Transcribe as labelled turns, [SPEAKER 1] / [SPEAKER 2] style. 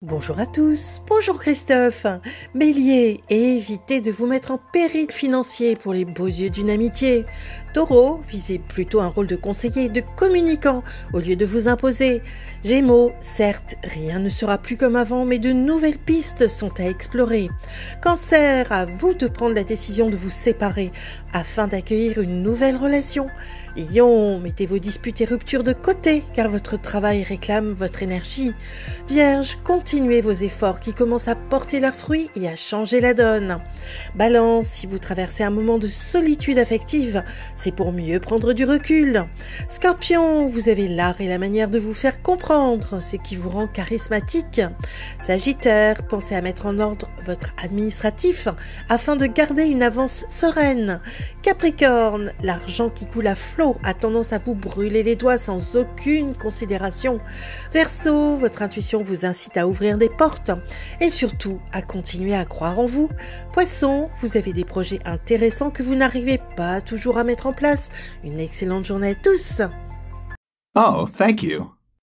[SPEAKER 1] Bonjour à tous, bonjour Christophe. Bélier, évitez de vous mettre en péril financier pour les beaux yeux d'une amitié. Taureau, visez plutôt un rôle de conseiller et de communicant au lieu de vous imposer. Gémeaux, certes, rien ne sera plus comme avant, mais de nouvelles pistes sont à explorer. Cancer, à vous de prendre la décision de vous séparer afin d'accueillir une nouvelle relation. Lion, mettez vos disputes et ruptures de côté car votre travail réclame votre énergie. Vierge, continuez vos efforts qui commencent à porter leurs fruits et à changer la donne. Balance, si vous traversez un moment de solitude affective, c'est pour mieux prendre du recul. Scorpion, vous avez l'art et la manière de vous faire comprendre, ce qui vous rend charismatique. Sagittaire, pensez à mettre en ordre votre administratif afin de garder une avance sereine. Capricorne, l'argent qui coule à flot a tendance à vous brûler les doigts sans aucune considération. Verseau, votre intuition vous incite à ouvrir des portes et surtout à continuer à croire en vous. Poisson, vous avez des projets intéressants que vous n'arrivez pas toujours à mettre en place. Une excellente journée à tous.
[SPEAKER 2] Oh, thank you.